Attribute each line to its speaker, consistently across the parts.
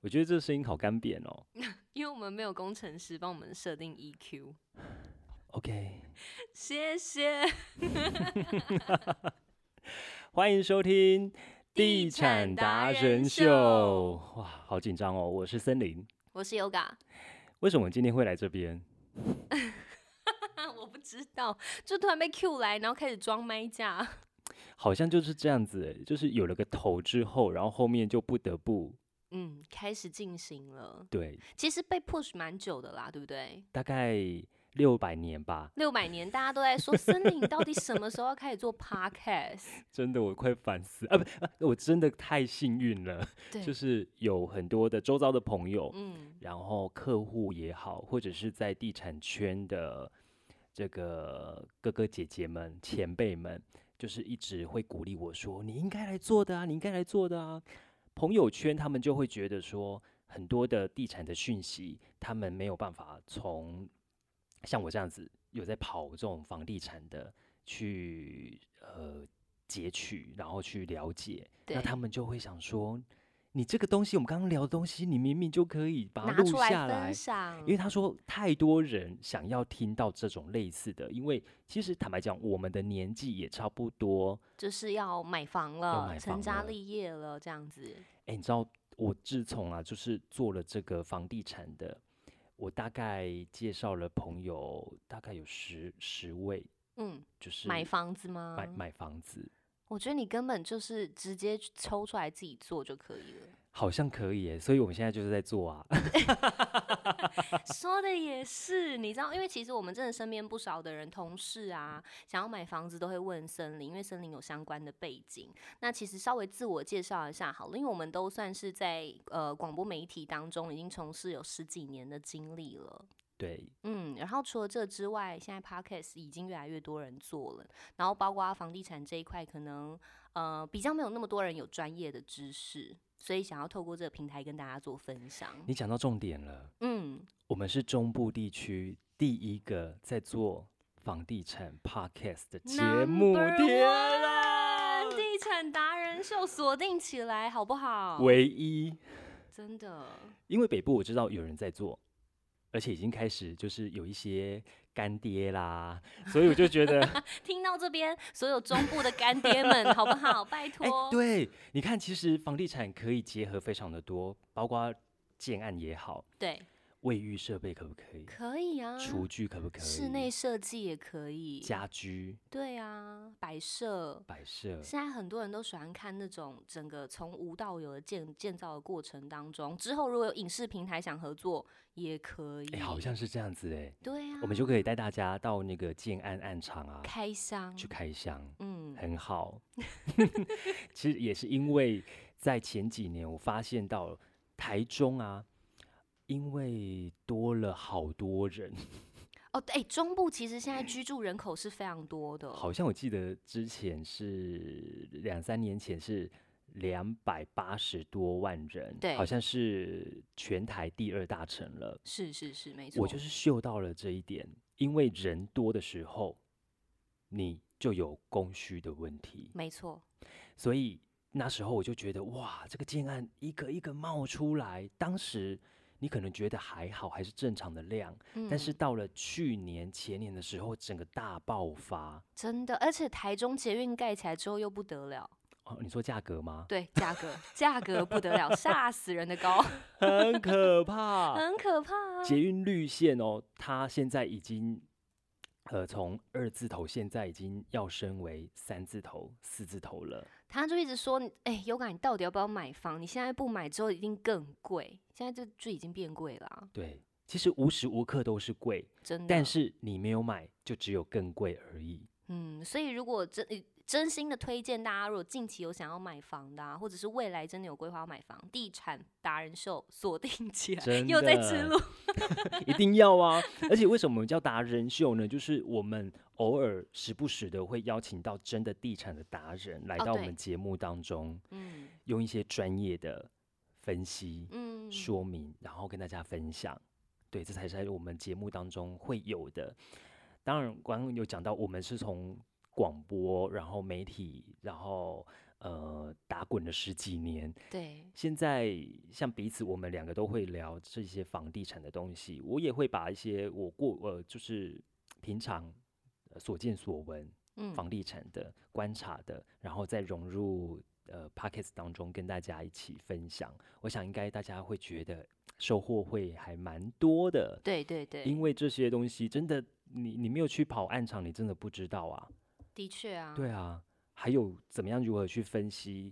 Speaker 1: 我觉得这声音好干扁哦。
Speaker 2: 因为我们没有工程师帮我们设定 EQ。
Speaker 1: OK，
Speaker 2: 谢谢。
Speaker 1: 欢迎收听《
Speaker 2: 地产达人秀
Speaker 1: 哇，好紧张哦！我是森林。
Speaker 2: 我是 Yoga，
Speaker 1: 为什么今天会来这边？
Speaker 2: 我不知道，就突然被 Q 来，然后开始装麦架。
Speaker 1: 好像就是这样子欸，就是有了个头之后，然后后面就不得不
Speaker 2: 嗯，开始进行了。
Speaker 1: 对，
Speaker 2: 其实被 push 蛮久的啦，对不对？
Speaker 1: 大概六百年吧。
Speaker 2: 六百年大家都在 说，森林到底什么时候要开始做 podcast？
Speaker 1: 真的，我快烦死啊！不啊，我真的太幸运了，
Speaker 2: 对，
Speaker 1: 就是有很多的周遭的朋友，
Speaker 2: 嗯，
Speaker 1: 然后客户也好，或者是在地产圈的这个哥哥姐姐们、前辈们，就是一直会鼓励我说：“你应该来做的啊，你应该来做的啊。”朋友圈他们就会觉得说，很多的地产的讯息，他们没有办法从像我这样子有在跑这种房地产的去呃截取，然后去了解，
Speaker 2: 对
Speaker 1: 那，他们就会想说，你这个东西，我们刚刚聊的东西，你明明就可以把它
Speaker 2: 拿
Speaker 1: 录
Speaker 2: 出
Speaker 1: 下来
Speaker 2: 分。享
Speaker 1: 因。为他说，太多人想要听到这种类似的，因为其实坦白讲，我们的年纪也差不多。
Speaker 2: 就是要买房了，
Speaker 1: 买
Speaker 2: 成
Speaker 1: 房
Speaker 2: 家
Speaker 1: 了
Speaker 2: 立业了，这样子。
Speaker 1: 哎，你知道，我自从啊，就是做了这个房地产的，我大概介绍了朋友，大概有十十位，
Speaker 2: 嗯，
Speaker 1: 就是
Speaker 2: 买房子吗？
Speaker 1: 买买房子，
Speaker 2: 我觉得你根本就是直接去抽出来自己做就可以了。
Speaker 1: 好像可以耶。所以我们现在就是在做啊，
Speaker 2: 说的也是，你知道，因为其实我们真的身边不少的人，同事啊，想要买房子都会问森林，因为森林有相关的背景。那其实稍微自我介绍一下好了，因为我们都算是在呃广播媒体当中已经从事有十几年的经历了。
Speaker 1: 对，
Speaker 2: 嗯，然后除了这之外，现在 podcast 已经越来越多人做了，然后包括房地产这一块，可能呃比较没有那么多人有专业的知识，所以想要透过这个平台跟大家做分享。
Speaker 1: 你讲到重点了。
Speaker 2: 嗯，
Speaker 1: 我们是中部地区第一个在做房地产 podcast 的节目
Speaker 2: Number
Speaker 1: 天
Speaker 2: one，
Speaker 1: 啊，
Speaker 2: 地产达人秀锁定起来好不好？
Speaker 1: 唯一，
Speaker 2: 真的，
Speaker 1: 因为北部我知道有人在做，而且已经开始就是有一些干爹啦，所以我就觉得，
Speaker 2: 听到这边所有中部的干爹们好不好？拜
Speaker 1: 哎、
Speaker 2: 托，
Speaker 1: 对，你看，其实房地产可以结合非常的多，包括建案也好，
Speaker 2: 对，
Speaker 1: 卫浴设备可不可以，
Speaker 2: 可以啊，
Speaker 1: 厨具可不可以，
Speaker 2: 室内设计也可以，
Speaker 1: 家居
Speaker 2: 对啊，摆设。
Speaker 1: 摆设，
Speaker 2: 现在很多人都喜欢看那种整个从无到有的建建造的过程当中，之后如果有影视平台想合作，也可以。
Speaker 1: 哎、好像是这样子哎、
Speaker 2: 对啊，
Speaker 1: 我们就可以带大家到那个建安暗场啊
Speaker 2: 开箱，
Speaker 1: 去开箱，
Speaker 2: 嗯，
Speaker 1: 很 好。其实也是因为在前几年，我发现到台中啊，因为多了好多人，
Speaker 2: 哦，对，中部其实现在居住人口是非常多的，
Speaker 1: 好像我记得之前是两三年前是。两百八十多万人，
Speaker 2: 对
Speaker 1: 好像是全台第二大城了。
Speaker 2: 是是是，没错，
Speaker 1: 我就是嗅到了这一点，因为人多的时候，你就有供需的问题，
Speaker 2: 没错，
Speaker 1: 所以那时候我就觉得哇，这个建案一个一个冒出来，当时你可能觉得还好，还是正常的量，
Speaker 2: 嗯，
Speaker 1: 但是到了去年前年的时候，整个大爆发。
Speaker 2: 真的，而且台中捷运盖起来之后又不得了，
Speaker 1: 哦，你说价格吗？
Speaker 2: 对，价格价格不得了，吓死人的高，
Speaker 1: 很可怕。嗯
Speaker 2: 很可怕啊，
Speaker 1: 捷运绿线哦，它现在已经，呃，从二字头现在已经要升为三字头、四字头了。
Speaker 2: 他就一直说，哎、有感你到底要不要买房？你现在不买之后一定更贵，现在就就已经变贵了啊、
Speaker 1: 对，其实无时无刻都是贵，
Speaker 2: 真的。
Speaker 1: 但，是你没有买，就只有更贵而已。
Speaker 2: 嗯，所以如果真呃真心的推荐大家，如果近期有想要买房的、啊，或者是未来真的有规划要买房，地产达人秀锁定起来，
Speaker 1: 真
Speaker 2: 又在
Speaker 1: 的
Speaker 2: 指路，
Speaker 1: 一定要啊！ 而且为什么我们叫达人秀呢？就是我们偶尔时不时的会邀请到真的地产的达人来
Speaker 2: 哦
Speaker 1: 到我
Speaker 2: 对
Speaker 1: 们节目当中，
Speaker 2: 嗯
Speaker 1: 用一些专业的分析、
Speaker 2: 嗯，
Speaker 1: 说明，然后跟大家分享。对，这才是在我们节目当中会有的。当然，刚刚有讲到，我们是从广播，然后媒体，然后呃打滚了十几年，
Speaker 2: 对，
Speaker 1: 现在像彼此，我们两个都会聊这些房地产的东西，我也会把一些我过呃就是平常呃所见所闻
Speaker 2: 嗯，
Speaker 1: 房地产的观察的，然后再融入呃 p o c k e t 当中跟大家一起分享。我想应该大家会觉得收获会还蛮多的，
Speaker 2: 对对对，
Speaker 1: 因为这些东西真的，你你没有去跑暗场，你真的不知道啊。
Speaker 2: 的确啊，
Speaker 1: 对啊，还有怎么样如何去分析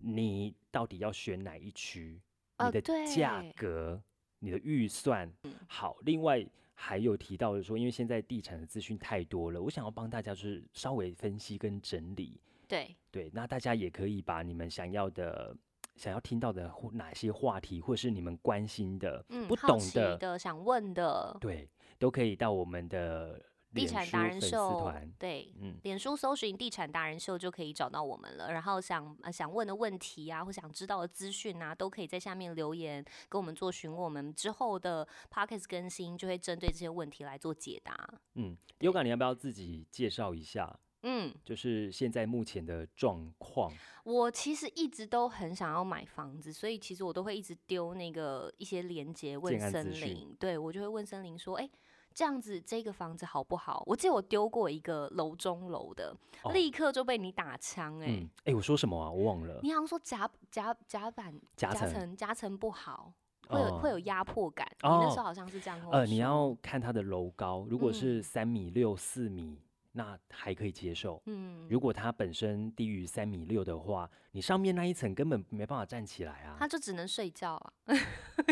Speaker 1: 你到底要选哪一区，
Speaker 2: 哦
Speaker 1: 你的价
Speaker 2: 对嗯
Speaker 1: 格、你的预算。好，另外还有提到的说，因为现在地产的资讯太多了，我想要帮大家就是稍微分析跟整理。
Speaker 2: 对
Speaker 1: 对，那大家也可以把你们想要的、想要听到的或哪些话题，或是你们关心的、
Speaker 2: 嗯，
Speaker 1: 不
Speaker 2: 好
Speaker 1: 懂
Speaker 2: 奇
Speaker 1: 的，
Speaker 2: 的想问的，
Speaker 1: 对，都可以到我们的
Speaker 2: 地
Speaker 1: 脸
Speaker 2: 产
Speaker 1: 书
Speaker 2: 达人
Speaker 1: 粉丝
Speaker 2: 秀
Speaker 1: 团，，
Speaker 2: 对，
Speaker 1: 嗯，
Speaker 2: 脸书搜寻“地产达人秀”就可以找到我们了。然后想、呃、想问的问题啊，或想知道的资讯啊，都可以在下面留言跟我们做询问。我们之后的 p o c k e t 更新就会针对这些问题来做解答。
Speaker 1: 嗯，优感，你要不要自己介绍一下？
Speaker 2: 嗯，
Speaker 1: 就是现在目前的状况，
Speaker 2: 我其实一直都很想要买房子，所以其实我都会一直丢那个一些链接问
Speaker 1: 建案
Speaker 2: 森
Speaker 1: 资讯
Speaker 2: 林，对我就会问森林说，哎、这样子这个房子好不好？我记得我丢过一个楼中楼的，
Speaker 1: 哦
Speaker 2: 立刻就被你打枪哎、
Speaker 1: 嗯，哎、我说什么啊？我忘了，
Speaker 2: 你好像说甲甲甲板
Speaker 1: 夹
Speaker 2: 夹
Speaker 1: 层，
Speaker 2: 层夹层不好，会有、会
Speaker 1: 哦
Speaker 2: 有压迫感。你那时候
Speaker 1: 哦
Speaker 2: 好像是这样跟我
Speaker 1: 呃，你
Speaker 2: 说
Speaker 1: 要看它的楼高，如果
Speaker 2: 嗯
Speaker 1: 是三米六、四米，那还可以接受。
Speaker 2: 嗯，
Speaker 1: 如果它本身低于三米六的话，你上面那一层根本没办法站起来啊
Speaker 2: 他，就只能睡觉啊，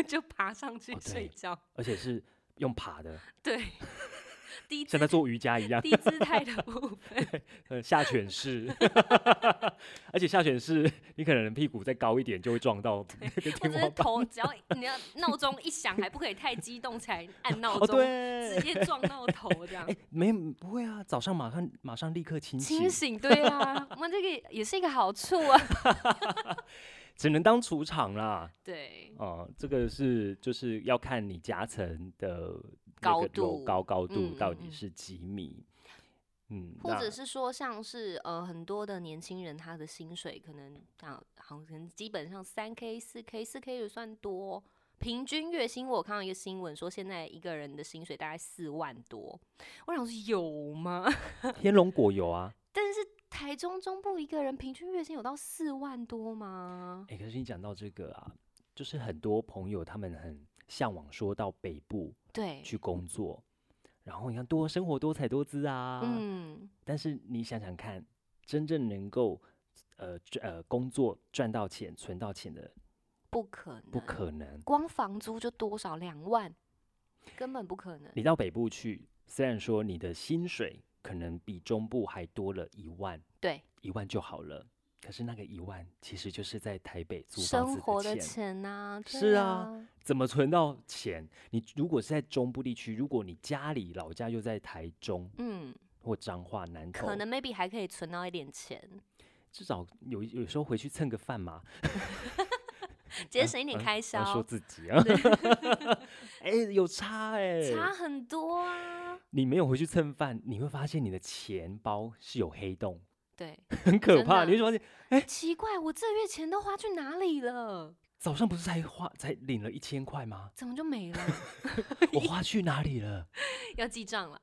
Speaker 2: 就爬上去
Speaker 1: 哦对
Speaker 2: 睡觉。
Speaker 1: 而且是用爬 的，
Speaker 2: 对， 低姿
Speaker 1: 像在做瑜伽一样。
Speaker 2: 低姿态的部 分，
Speaker 1: 呃，下犬式， 而且下犬式，你可能屁股再高一点就会撞到那个
Speaker 2: 或
Speaker 1: 天
Speaker 2: 者是
Speaker 1: 花板。
Speaker 2: 头，只要你要闹钟一响，还不可以太激动才按闹
Speaker 1: 哦，
Speaker 2: 钟，
Speaker 1: 对
Speaker 2: 直，接撞到头这样
Speaker 1: 哎、。没不会啊，早上马上马上立刻清醒，
Speaker 2: 清醒，对 啊，我们这个也是一个好处啊。
Speaker 1: 只能当储场啦。
Speaker 2: 对，
Speaker 1: 哦、这个是就是要看你夹层的那
Speaker 2: 高
Speaker 1: 个楼
Speaker 2: 度
Speaker 1: 高高
Speaker 2: 嗯
Speaker 1: 度
Speaker 2: 嗯
Speaker 1: 到底
Speaker 2: 嗯
Speaker 1: 是几米，嗯，
Speaker 2: 或
Speaker 1: 那
Speaker 2: 者是说像是呃很多的年轻人，他的薪水可能啊，好像基本上三 k、四 k、四 k 也算多。平均月薪，我有看到一个新闻说，现在一个人的薪水大概四万多。我想说有吗？
Speaker 1: 天龙果有啊。
Speaker 2: 台中中部一个人平均月薪有到四万多吗？
Speaker 1: 哎、可是你讲到这个啊，就是很多朋友他们很向往说到北部，
Speaker 2: 对，
Speaker 1: 去工作，然后你看多生活多彩多姿啊，
Speaker 2: 嗯，
Speaker 1: 但是你想想看，真正能够呃赚呃工作赚到钱存到钱的
Speaker 2: 不可能，
Speaker 1: 不可能。
Speaker 2: 光房租就多少两万，根本不可能。
Speaker 1: 你到北部去，虽然说你的薪水可能比中部还多了一万，
Speaker 2: 对，
Speaker 1: 一万就好了，可是那个一万其实就是在台北租房
Speaker 2: 生活
Speaker 1: 子的钱，
Speaker 2: 钱呐、对
Speaker 1: 是
Speaker 2: 啊
Speaker 1: 啊，怎么存到钱？你如果是在中部地区，如果你家里老家又在台中
Speaker 2: 嗯，
Speaker 1: 或彰化南投，
Speaker 2: 可能 maybe 还可以存到一点钱，
Speaker 1: 至少有一有时候回去蹭个饭嘛，嗯
Speaker 2: 节省一点开销，
Speaker 1: 要说自己啊， 哎、有差哎、
Speaker 2: 差很多啊。
Speaker 1: 你没有回去蹭饭，你会发现你的钱包是有黑 洞，
Speaker 2: 对，
Speaker 1: 很可
Speaker 2: 真
Speaker 1: 怕。
Speaker 2: 的
Speaker 1: 你会发现
Speaker 2: 奇怪，我这月钱都花去哪里了？？
Speaker 1: 早上不是才花才领了一千块 吗
Speaker 2: 怎么就没了？
Speaker 1: 我花去哪里了？
Speaker 2: 要记账了。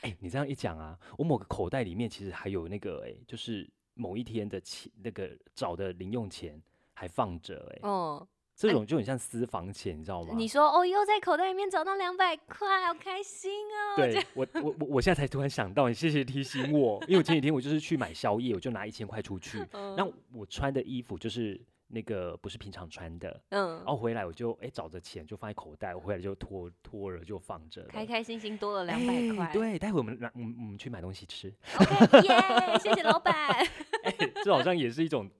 Speaker 1: 哎、你这样一讲啊，我某个口袋里面其实还有那个哎、就是某一天的钱，那个找的零用钱还放着哎、
Speaker 2: 哦，
Speaker 1: 这种就很像私房钱，你知道吗？
Speaker 2: 你说哦，又在口袋里面找到两百块，好开心哦。
Speaker 1: 对我，我我我现在才突然想到，你谢谢提醒我，因为我前几天我就是去买宵夜，我就拿一千块出去，
Speaker 2: 嗯
Speaker 1: 那我穿的衣服就是那个不是平常穿的，
Speaker 2: 嗯
Speaker 1: 然，后回来我就哎、找着钱就放在口袋，我回来就脱脱了就放着了，
Speaker 2: 开开心心多了两百
Speaker 1: 哎
Speaker 2: 块。
Speaker 1: 对，待会我们拿我们我们去买东西吃，
Speaker 2: OK，耶，谢谢老板。
Speaker 1: 哎、这好像也是一种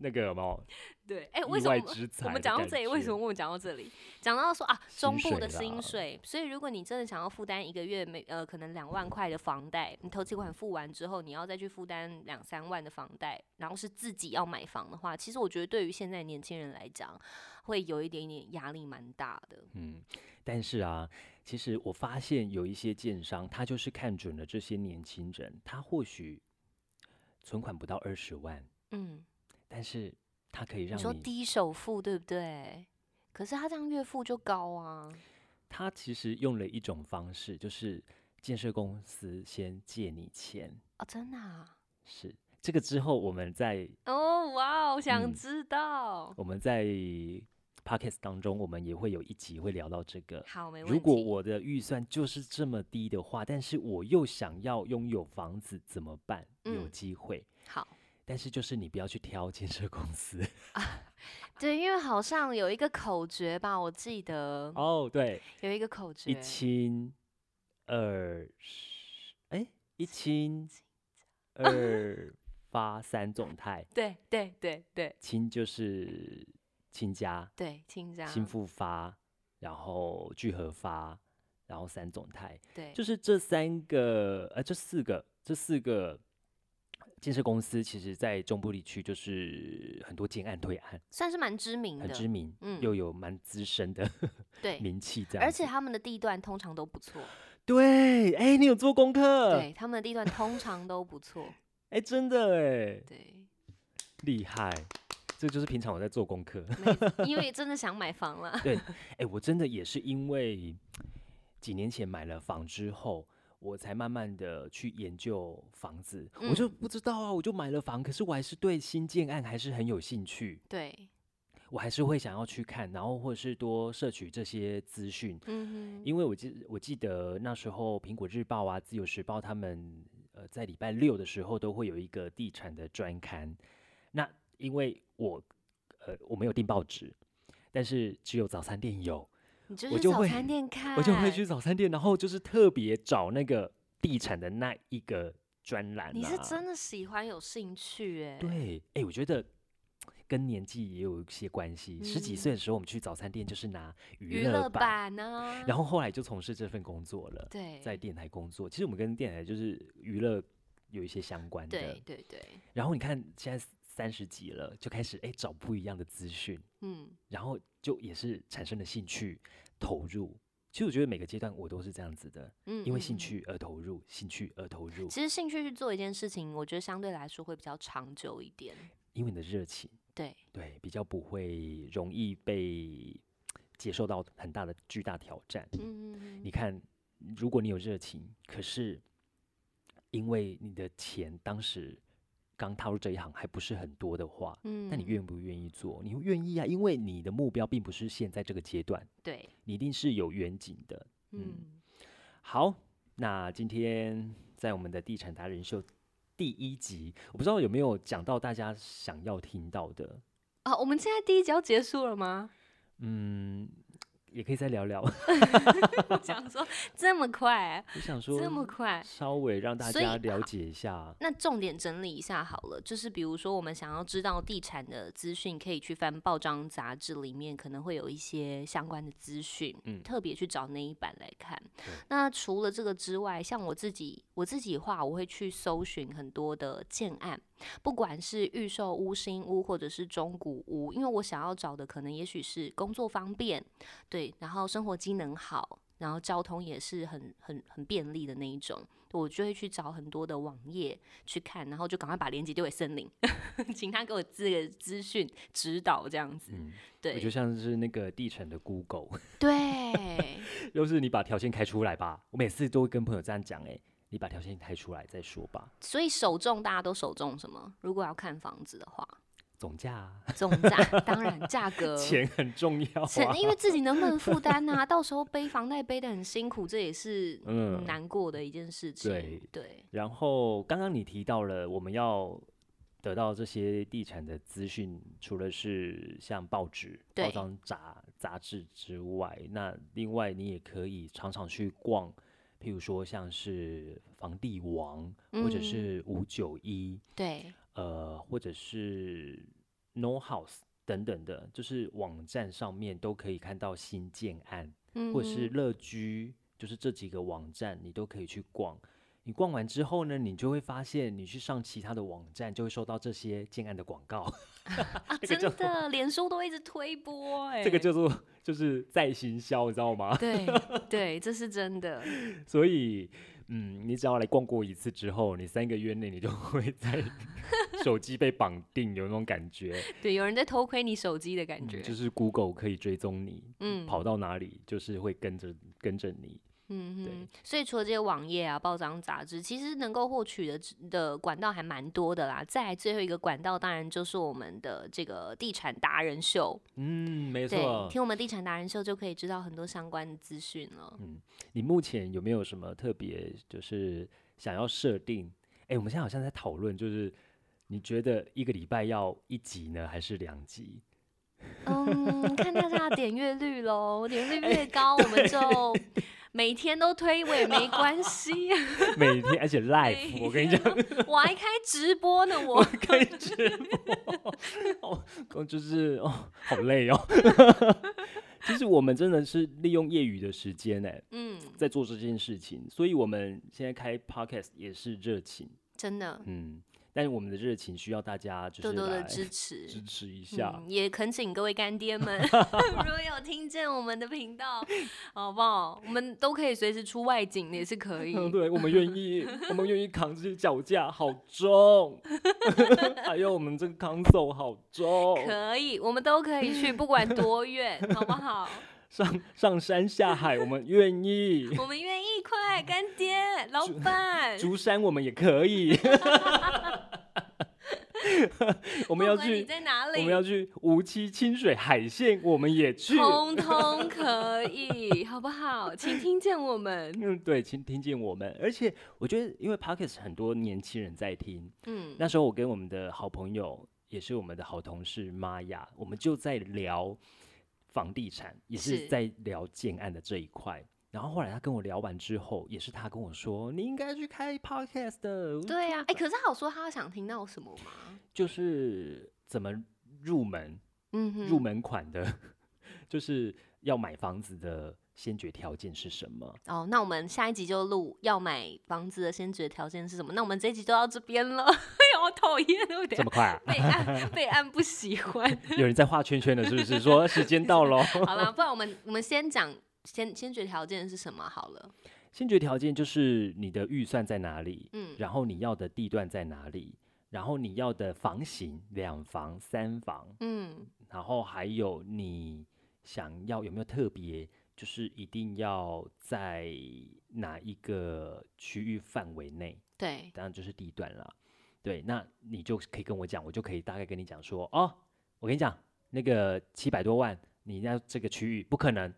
Speaker 1: 那个有没有
Speaker 2: 对，哎、 为
Speaker 1: 意
Speaker 2: 什么
Speaker 1: 外
Speaker 2: 我们
Speaker 1: 之财的感觉？
Speaker 2: 我们讲到这里？为什么我们讲到这里？讲到说啊，中
Speaker 1: 薪
Speaker 2: 部的
Speaker 1: 水
Speaker 2: 薪
Speaker 1: 啦
Speaker 2: 水，所以如果你真的想要负担一个月每呃可能两万块的房贷，你头期款付完之后，你要再去负担两三万的房贷，然后是自己要买房的话，其实我觉得对于现在年轻人来讲，会有一点点压力蛮大的。
Speaker 1: 嗯，但是啊，其实我发现有一些建商，他就是看准了这些年轻人，他或许存款不到二十万，
Speaker 2: 嗯，
Speaker 1: 但是它可以让
Speaker 2: 你说低首付对不对？可是他这样月付就高啊。
Speaker 1: 他其实用了一种方式，就是建设公司先借你钱，
Speaker 2: 哦，真的、啊？
Speaker 1: 是这个之后，我们在
Speaker 2: 哦，哇哦，想
Speaker 1: 嗯
Speaker 2: 知道。
Speaker 1: 我们在 podcast 当中，我们也会有一集会聊到这个。
Speaker 2: 好，没问题。
Speaker 1: 如果我的预算就是这么低的话，但是我又想要拥有房子怎么办？有
Speaker 2: 嗯
Speaker 1: 机会，
Speaker 2: 好，
Speaker 1: 但是就是你不要去挑建设公司
Speaker 2: 对，因为好像有一个口诀吧，我记得
Speaker 1: 哦。对，
Speaker 2: 有一个口诀
Speaker 1: 一，清二十，哎，一清二发三总态，
Speaker 2: 对对对对
Speaker 1: 清就是亲家，
Speaker 2: 对，亲家，
Speaker 1: 新复发，然后聚合发，然后三总态，
Speaker 2: 对，
Speaker 1: 就是这三个，呃，这四个，这四个建设公司，其实在中部地区就是很多建案推案，
Speaker 2: 算是蛮知名
Speaker 1: 很
Speaker 2: 的，
Speaker 1: 知名，
Speaker 2: 嗯
Speaker 1: 又有蛮资深的
Speaker 2: 对，
Speaker 1: 名气这样子。
Speaker 2: 而且他们的地段通常都不错，
Speaker 1: 对，哎、你有做功课？
Speaker 2: 对，他们的地段通常都不错，
Speaker 1: 哎、真的哎，
Speaker 2: 对，
Speaker 1: 厉害。这就是平常我在做功课。
Speaker 2: 没因为真的想买房了，
Speaker 1: 哎、我真的也是因为几年前买了房之后，我才慢慢的去研究房子。我
Speaker 2: 嗯
Speaker 1: 就不知道啊，我就买了房，可是我还是对新建案还是很有兴趣，
Speaker 2: 对，
Speaker 1: 我还是会想要去看，然后或者是多摄取这些资讯。
Speaker 2: 嗯哼，
Speaker 1: 因为我记我记得那时候《苹果日报》啊，《自由时报》他们呃在礼拜六的时候都会有一个地产的专刊。那因为我呃我没有订报纸，但是只有早餐店有，
Speaker 2: 你就
Speaker 1: 我
Speaker 2: 去
Speaker 1: 就
Speaker 2: 早
Speaker 1: 会
Speaker 2: 餐店看，
Speaker 1: 我就会去。早餐店，然后就是特别找那个地产的那一个专栏、啊。
Speaker 2: 你是真的喜欢有兴趣哎、
Speaker 1: 对，哎、我觉得跟年纪也有一些关系。十几
Speaker 2: 嗯
Speaker 1: 岁的时候，我们去早餐店就是拿娱
Speaker 2: 娱
Speaker 1: 乐
Speaker 2: 乐
Speaker 1: 版，
Speaker 2: 版呢、
Speaker 1: 然后后来就从事这份工作了，
Speaker 2: 对，
Speaker 1: 在电台工作。其实我们跟电台就是娱乐有一些相关的
Speaker 2: 对。对对，
Speaker 1: 然后你看现在三十几了，就开始哎、找不一样的资讯，
Speaker 2: 嗯，
Speaker 1: 然后就也是产生了兴趣投入。其实我觉得每个阶段我都是这样子的，
Speaker 2: 嗯
Speaker 1: 因为
Speaker 2: 嗯
Speaker 1: 兴
Speaker 2: 嗯
Speaker 1: 趣而投入，兴趣而投入，
Speaker 2: 其实兴趣去做一件事情，我觉得相对来说会比较长久一点。
Speaker 1: 因为你的热情。
Speaker 2: 对，
Speaker 1: 对，比较不会容易被接受到很大的巨大挑战。
Speaker 2: 嗯，
Speaker 1: 你看，如果你有热情，可是因为你的钱当时刚踏入这一行还不是很多的话，
Speaker 2: 嗯
Speaker 1: 那你愿不愿意做？你会愿意啊，因为你的目标并不是现在这个阶段，
Speaker 2: 对，
Speaker 1: 你一定是有远景的。
Speaker 2: 嗯，
Speaker 1: 好，那今天在我们的地产达人秀。第一集，我不知道有没有讲到大家想要听到的，
Speaker 2: 啊，我们现在第一集要结束了吗？
Speaker 1: 嗯，也可以再聊聊。
Speaker 2: 我想说这么快，
Speaker 1: 我想说，
Speaker 2: 这么快。
Speaker 1: 稍微让大
Speaker 2: 所以啊
Speaker 1: 家了解一下。啊
Speaker 2: 那重点整理一下好了，就是比如说我们想要知道地产的资讯，可以去翻报章杂志里面可能会有一些相关的资讯，
Speaker 1: 嗯
Speaker 2: 特别去找那一版来看。那除了这个之外，像我自己我自己的话，我会去搜寻很多的建案，不管是预售屋、新屋或者是中古屋，因为我想要找的可能也许是工作方便，对，然后生活机能好，然后交通也是很很很便利的那一种。我就会去找很多的网页去看，然后就赶快把链接丢给森林， 请他给我这个资讯指导这样子。
Speaker 1: 嗯，我 就
Speaker 2: 对
Speaker 1: 像是那个地产的 Google，
Speaker 2: 对，
Speaker 1: 就是你把条件开出来吧。我每次都会跟朋友这样讲，哎，你把条件开出来再说吧。
Speaker 2: 所以首中大家都首中什么？如果要看房子的话，
Speaker 1: 总价、啊、
Speaker 2: 总价当然价格。
Speaker 1: 钱很重要
Speaker 2: 呃钱
Speaker 1: 啊。
Speaker 2: 因为自己能不能负担呐、到时候背房贷背的很辛苦，这也是
Speaker 1: 嗯
Speaker 2: 难过的一件事情。
Speaker 1: 对
Speaker 2: 对，
Speaker 1: 然后刚刚你提到了，我们要得到这些地产的资讯，除了是像报纸、报
Speaker 2: 对
Speaker 1: 章杂杂志之外，那另外你也可以常常去逛，譬如说像是房地王，或者
Speaker 2: 嗯
Speaker 1: 是五九一，
Speaker 2: 对，
Speaker 1: 呃，或者是 No House 等等的，就是网站上面都可以看到新建案。
Speaker 2: 嗯
Speaker 1: 或者是
Speaker 2: 哼
Speaker 1: 乐居，就是这几个网站你都可以去逛。你逛完之后呢，你就会发现，你去上其他的网站就会收到这些建案的广 告，
Speaker 2: 啊，
Speaker 1: 这个
Speaker 2: 真
Speaker 1: 叫
Speaker 2: 的，脸书都一直推播、哎，
Speaker 1: 这个叫做就是在行销，你知道吗？
Speaker 2: 对对，这是真的。
Speaker 1: 所 以，嗯，你只要来逛过一次之后，你三个月内你就会在手机被绑定，有那种感觉，
Speaker 2: 对，有人在偷窥你手机的感
Speaker 1: 嗯
Speaker 2: 觉，
Speaker 1: 就是 Google 可以追踪你，
Speaker 2: 嗯
Speaker 1: 跑到哪里就是会跟着跟着你。
Speaker 2: 嗯
Speaker 1: 对
Speaker 2: 哼，所以除了这些网页啊、报章、杂志，其实能够获取的知的管道还蛮多的啦。再来最后一个管道，当然就是我们的这个地产达人秀，
Speaker 1: 嗯，没
Speaker 2: 对，
Speaker 1: 错。
Speaker 2: 听我们地产达人秀就可以知道很多相关的资讯 了。
Speaker 1: 你目前有没有什么特别，就是想要设定？哎，我们现在好像在讨论，就是你觉得一个礼拜要一集呢，还是两集？
Speaker 2: 嗯，看大家的点阅率喽，点阅率
Speaker 1: 哎
Speaker 2: 越高，我们 就每天都推，我也没关系。
Speaker 1: 每天，而且 live，我跟你讲，
Speaker 2: 我还开直播呢，我
Speaker 1: 开直播， 哦，哦就是哦，好累哦。 其实我们真的是利用业余的时间哎，
Speaker 2: 嗯，
Speaker 1: 在做这件事情，所以我们现在开 podcast 也是热情，
Speaker 2: 真的
Speaker 1: 嗯，但是我们的热情需要大家就是
Speaker 2: 多多的
Speaker 1: 来
Speaker 2: 支持，
Speaker 1: 支持一下。
Speaker 2: 嗯，也恳请各位干 爹们，如果有听见我们的频道，好不好？我们都可以随时出外景，也是可以。
Speaker 1: 嗯， 对，我们愿意，我们愿意扛这些脚架，好重。 还有我们这个 console 好重，
Speaker 2: 可以，我们都可以去，不管多远，好不好？
Speaker 1: 上上山下海，我们愿 意。
Speaker 2: 我们愿意，快干爹，老板，
Speaker 1: 竹山我们也可 以。我
Speaker 2: 我
Speaker 1: 们要
Speaker 2: 你
Speaker 1: 去，
Speaker 2: 在哪
Speaker 1: 我
Speaker 2: 里，
Speaker 1: 们要去无期清水海线，我们也去。
Speaker 2: 通通可以，好不好？请听见我 们，
Speaker 1: 嗯，对，听听见我们，而且我觉得，因为 Podcast 很多年轻人在听，
Speaker 2: 嗯，
Speaker 1: 那时候我跟我们的好朋友，也是我们的好同事玛雅，我们就在聊房地产，也
Speaker 2: 是
Speaker 1: 是在聊建案的这一块。然后后来他跟我聊完之后，也是他跟我说，你应该去开 podcast 的，
Speaker 2: 对呀、哎、可是好说他想听到什么吗？
Speaker 1: 就是怎么入门，
Speaker 2: 嗯哼，
Speaker 1: 入门款的， 就是要买房子的先决条件是什么？
Speaker 2: 哦，那我们下一集就录要买房子的先决条件是什么？那我们这一集就到这边了。哎 呀，好讨厌，对不
Speaker 1: 这
Speaker 2: 对？
Speaker 1: 么？快、啊
Speaker 2: 备案备案不喜欢。
Speaker 1: 有人在画圈圈了，是不是？说时间到 喽。
Speaker 2: 好啦，不然我们我们先讲先先决条件是什么好了。
Speaker 1: 先决条件就是你的预算在哪里，
Speaker 2: 嗯
Speaker 1: 然后你要的地段在哪里，然后你要的房型，两房、三房，
Speaker 2: 嗯
Speaker 1: 然后还有你想要有没有特别，就是一定要在哪一个区域范围内，
Speaker 2: 对，
Speaker 1: 当然就是地段啦。对，那你就可以跟我讲，我就可以大概跟你讲说，哦，我跟你讲，那个七百多万，你要这个区域不可能，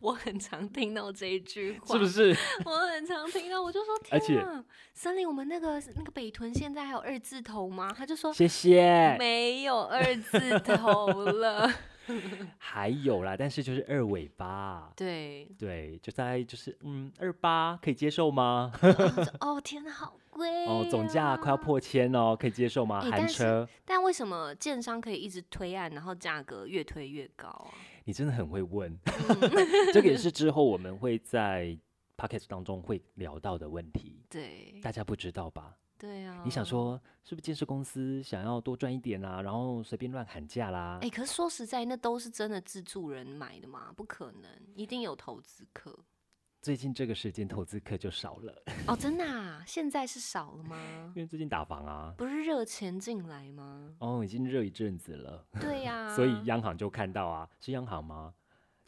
Speaker 2: 我很常听到这一句话，
Speaker 1: 是不？是？
Speaker 2: 我很常听到，我就说
Speaker 1: 而
Speaker 2: 天啊，森林，我们那个那个北屯现在还有二字头吗？他就说
Speaker 1: 谢谢。
Speaker 2: 没有二字头了。
Speaker 1: 还有啦，但是就是二尾巴，
Speaker 2: 对，
Speaker 1: 对，就大概就是嗯，二八可以接受吗？
Speaker 2: 哦天哪，好贵
Speaker 1: 哦，总价快要
Speaker 2: 啊
Speaker 1: 破千哦，可以接受吗？
Speaker 2: 诶
Speaker 1: 含
Speaker 2: 但是
Speaker 1: 车，
Speaker 2: 但为什么建商可以一直推案，然后价格越推越高啊？
Speaker 1: 你真的很会问，
Speaker 2: 嗯
Speaker 1: 这个也是之后我们会在 podcast 当中会聊到的问题，
Speaker 2: 对，
Speaker 1: 大家不知道吧？
Speaker 2: 对啊。
Speaker 1: 你想？说是不是建设公司想要多赚一点啦、然后随便乱喊价啦
Speaker 2: 哎、？可是说实在，那都是真的自助人买的吗？不可能，一定有投资客。
Speaker 1: 最近这个时间投资客就少了，
Speaker 2: 哦，真的、啊？现在是少了吗
Speaker 1: 因？为最近打房啊，？
Speaker 2: 不是热钱进来吗
Speaker 1: 哦，已经热一阵子了。
Speaker 2: 对呀、
Speaker 1: 所以央行就看到啊，是央行吗？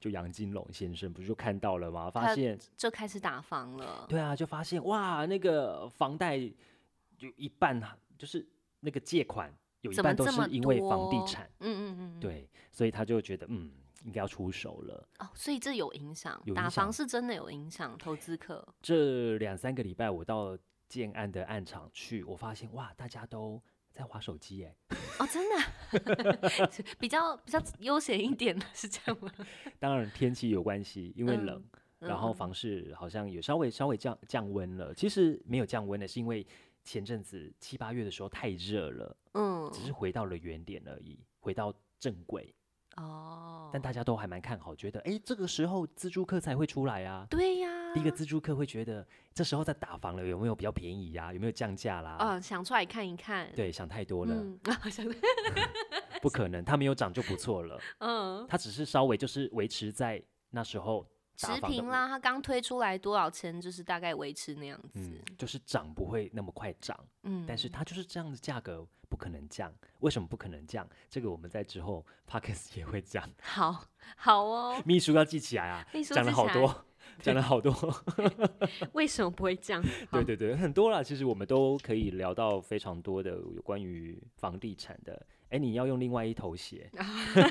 Speaker 1: 就杨金龙先生不是就看到了吗？
Speaker 2: 他
Speaker 1: 发现
Speaker 2: 就开始打房了。
Speaker 1: 对啊，就发现哇，那个房贷有一半啊就是那个借款有一
Speaker 2: 怎么
Speaker 1: 半都
Speaker 2: 这么
Speaker 1: 是因为房地
Speaker 2: 多
Speaker 1: 产，
Speaker 2: 嗯嗯嗯，嗯。
Speaker 1: 对，所以他就觉得嗯，应该要出手了。
Speaker 2: 哦，所以这有影响，
Speaker 1: 有
Speaker 2: 打
Speaker 1: 影
Speaker 2: 房
Speaker 1: 响
Speaker 2: 是真的有影响，投资客。
Speaker 1: 这两三个礼拜我到建案的案场去，我发现哇，大家都在划手机耶，
Speaker 2: 哦，真的啊、 比较比较悠闲一点的是这样吗？
Speaker 1: 当然天气有关系，因为
Speaker 2: 嗯
Speaker 1: 冷。然后
Speaker 2: 嗯
Speaker 1: 房市好像有稍微稍微降降温了。其实没有降温的，是因为前阵子七八月的时候太热了，
Speaker 2: 嗯
Speaker 1: 只是回到了原点而已，回到正轨。
Speaker 2: 哦，
Speaker 1: 但大家都还蛮看好，觉得诶这个时候自助客才会出来啊。
Speaker 2: 对呀，
Speaker 1: 第一个自助客会觉得这时候在打房了，有没有比较便宜呀、有没有降价啦？
Speaker 2: 嗯，想出来看一看，，
Speaker 1: 对，想太多了，
Speaker 2: 嗯， 好像
Speaker 1: 不可能，它没有涨就不错了，
Speaker 2: 嗯
Speaker 1: 它只是稍微就是维持在那时候打
Speaker 2: 持
Speaker 1: 房的
Speaker 2: 平
Speaker 1: 我
Speaker 2: 啦，它刚推出来多少钱，就是大概维持那样
Speaker 1: 嗯
Speaker 2: 子。，
Speaker 1: 就是涨不会那么快涨，
Speaker 2: 嗯，
Speaker 1: 但是它就是这样的价格不可能降。为什么不可能降？这个我们在之后 p o c k e t 也会讲，，
Speaker 2: 好好哦
Speaker 1: 秘书要记起来啊，
Speaker 2: 秘书
Speaker 1: 讲了
Speaker 2: 之
Speaker 1: 好
Speaker 2: 前
Speaker 1: 多， 讲了好多，
Speaker 2: 为什么不会降？
Speaker 1: 对对对，很多啦。其实我们都可以聊到非常多的有关于房地产的。哎，你要用另外一头 鞋，
Speaker 2: 好，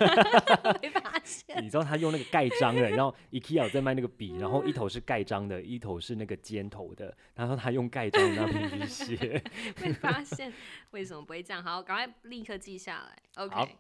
Speaker 2: 没发现。
Speaker 1: 你知道他用那个盖章的，然后 IKEA 有在卖那个笔，然后一头是盖章的，一头是那个尖头的，然后他用盖章的那皮皮 鞋。
Speaker 2: 被发现，为什么不会这样？好，赶快立刻记下来。
Speaker 1: 好
Speaker 2: OK，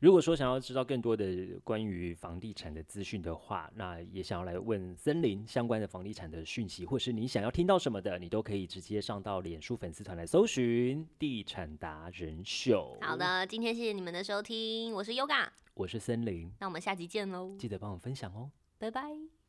Speaker 1: 如果说想要知道更多的关于房地产的资讯的话，那也想要来问森林相关的房地产的讯息，或是你想要听到什么的，你都可以直接上到脸书粉丝团来搜寻“地产达人秀”。
Speaker 2: 好，的，今天谢谢你们的收听，我是 Yoga，
Speaker 1: 我是森林，
Speaker 2: 那我们下集见喽，
Speaker 1: 记得帮我分享哦。
Speaker 2: 拜拜。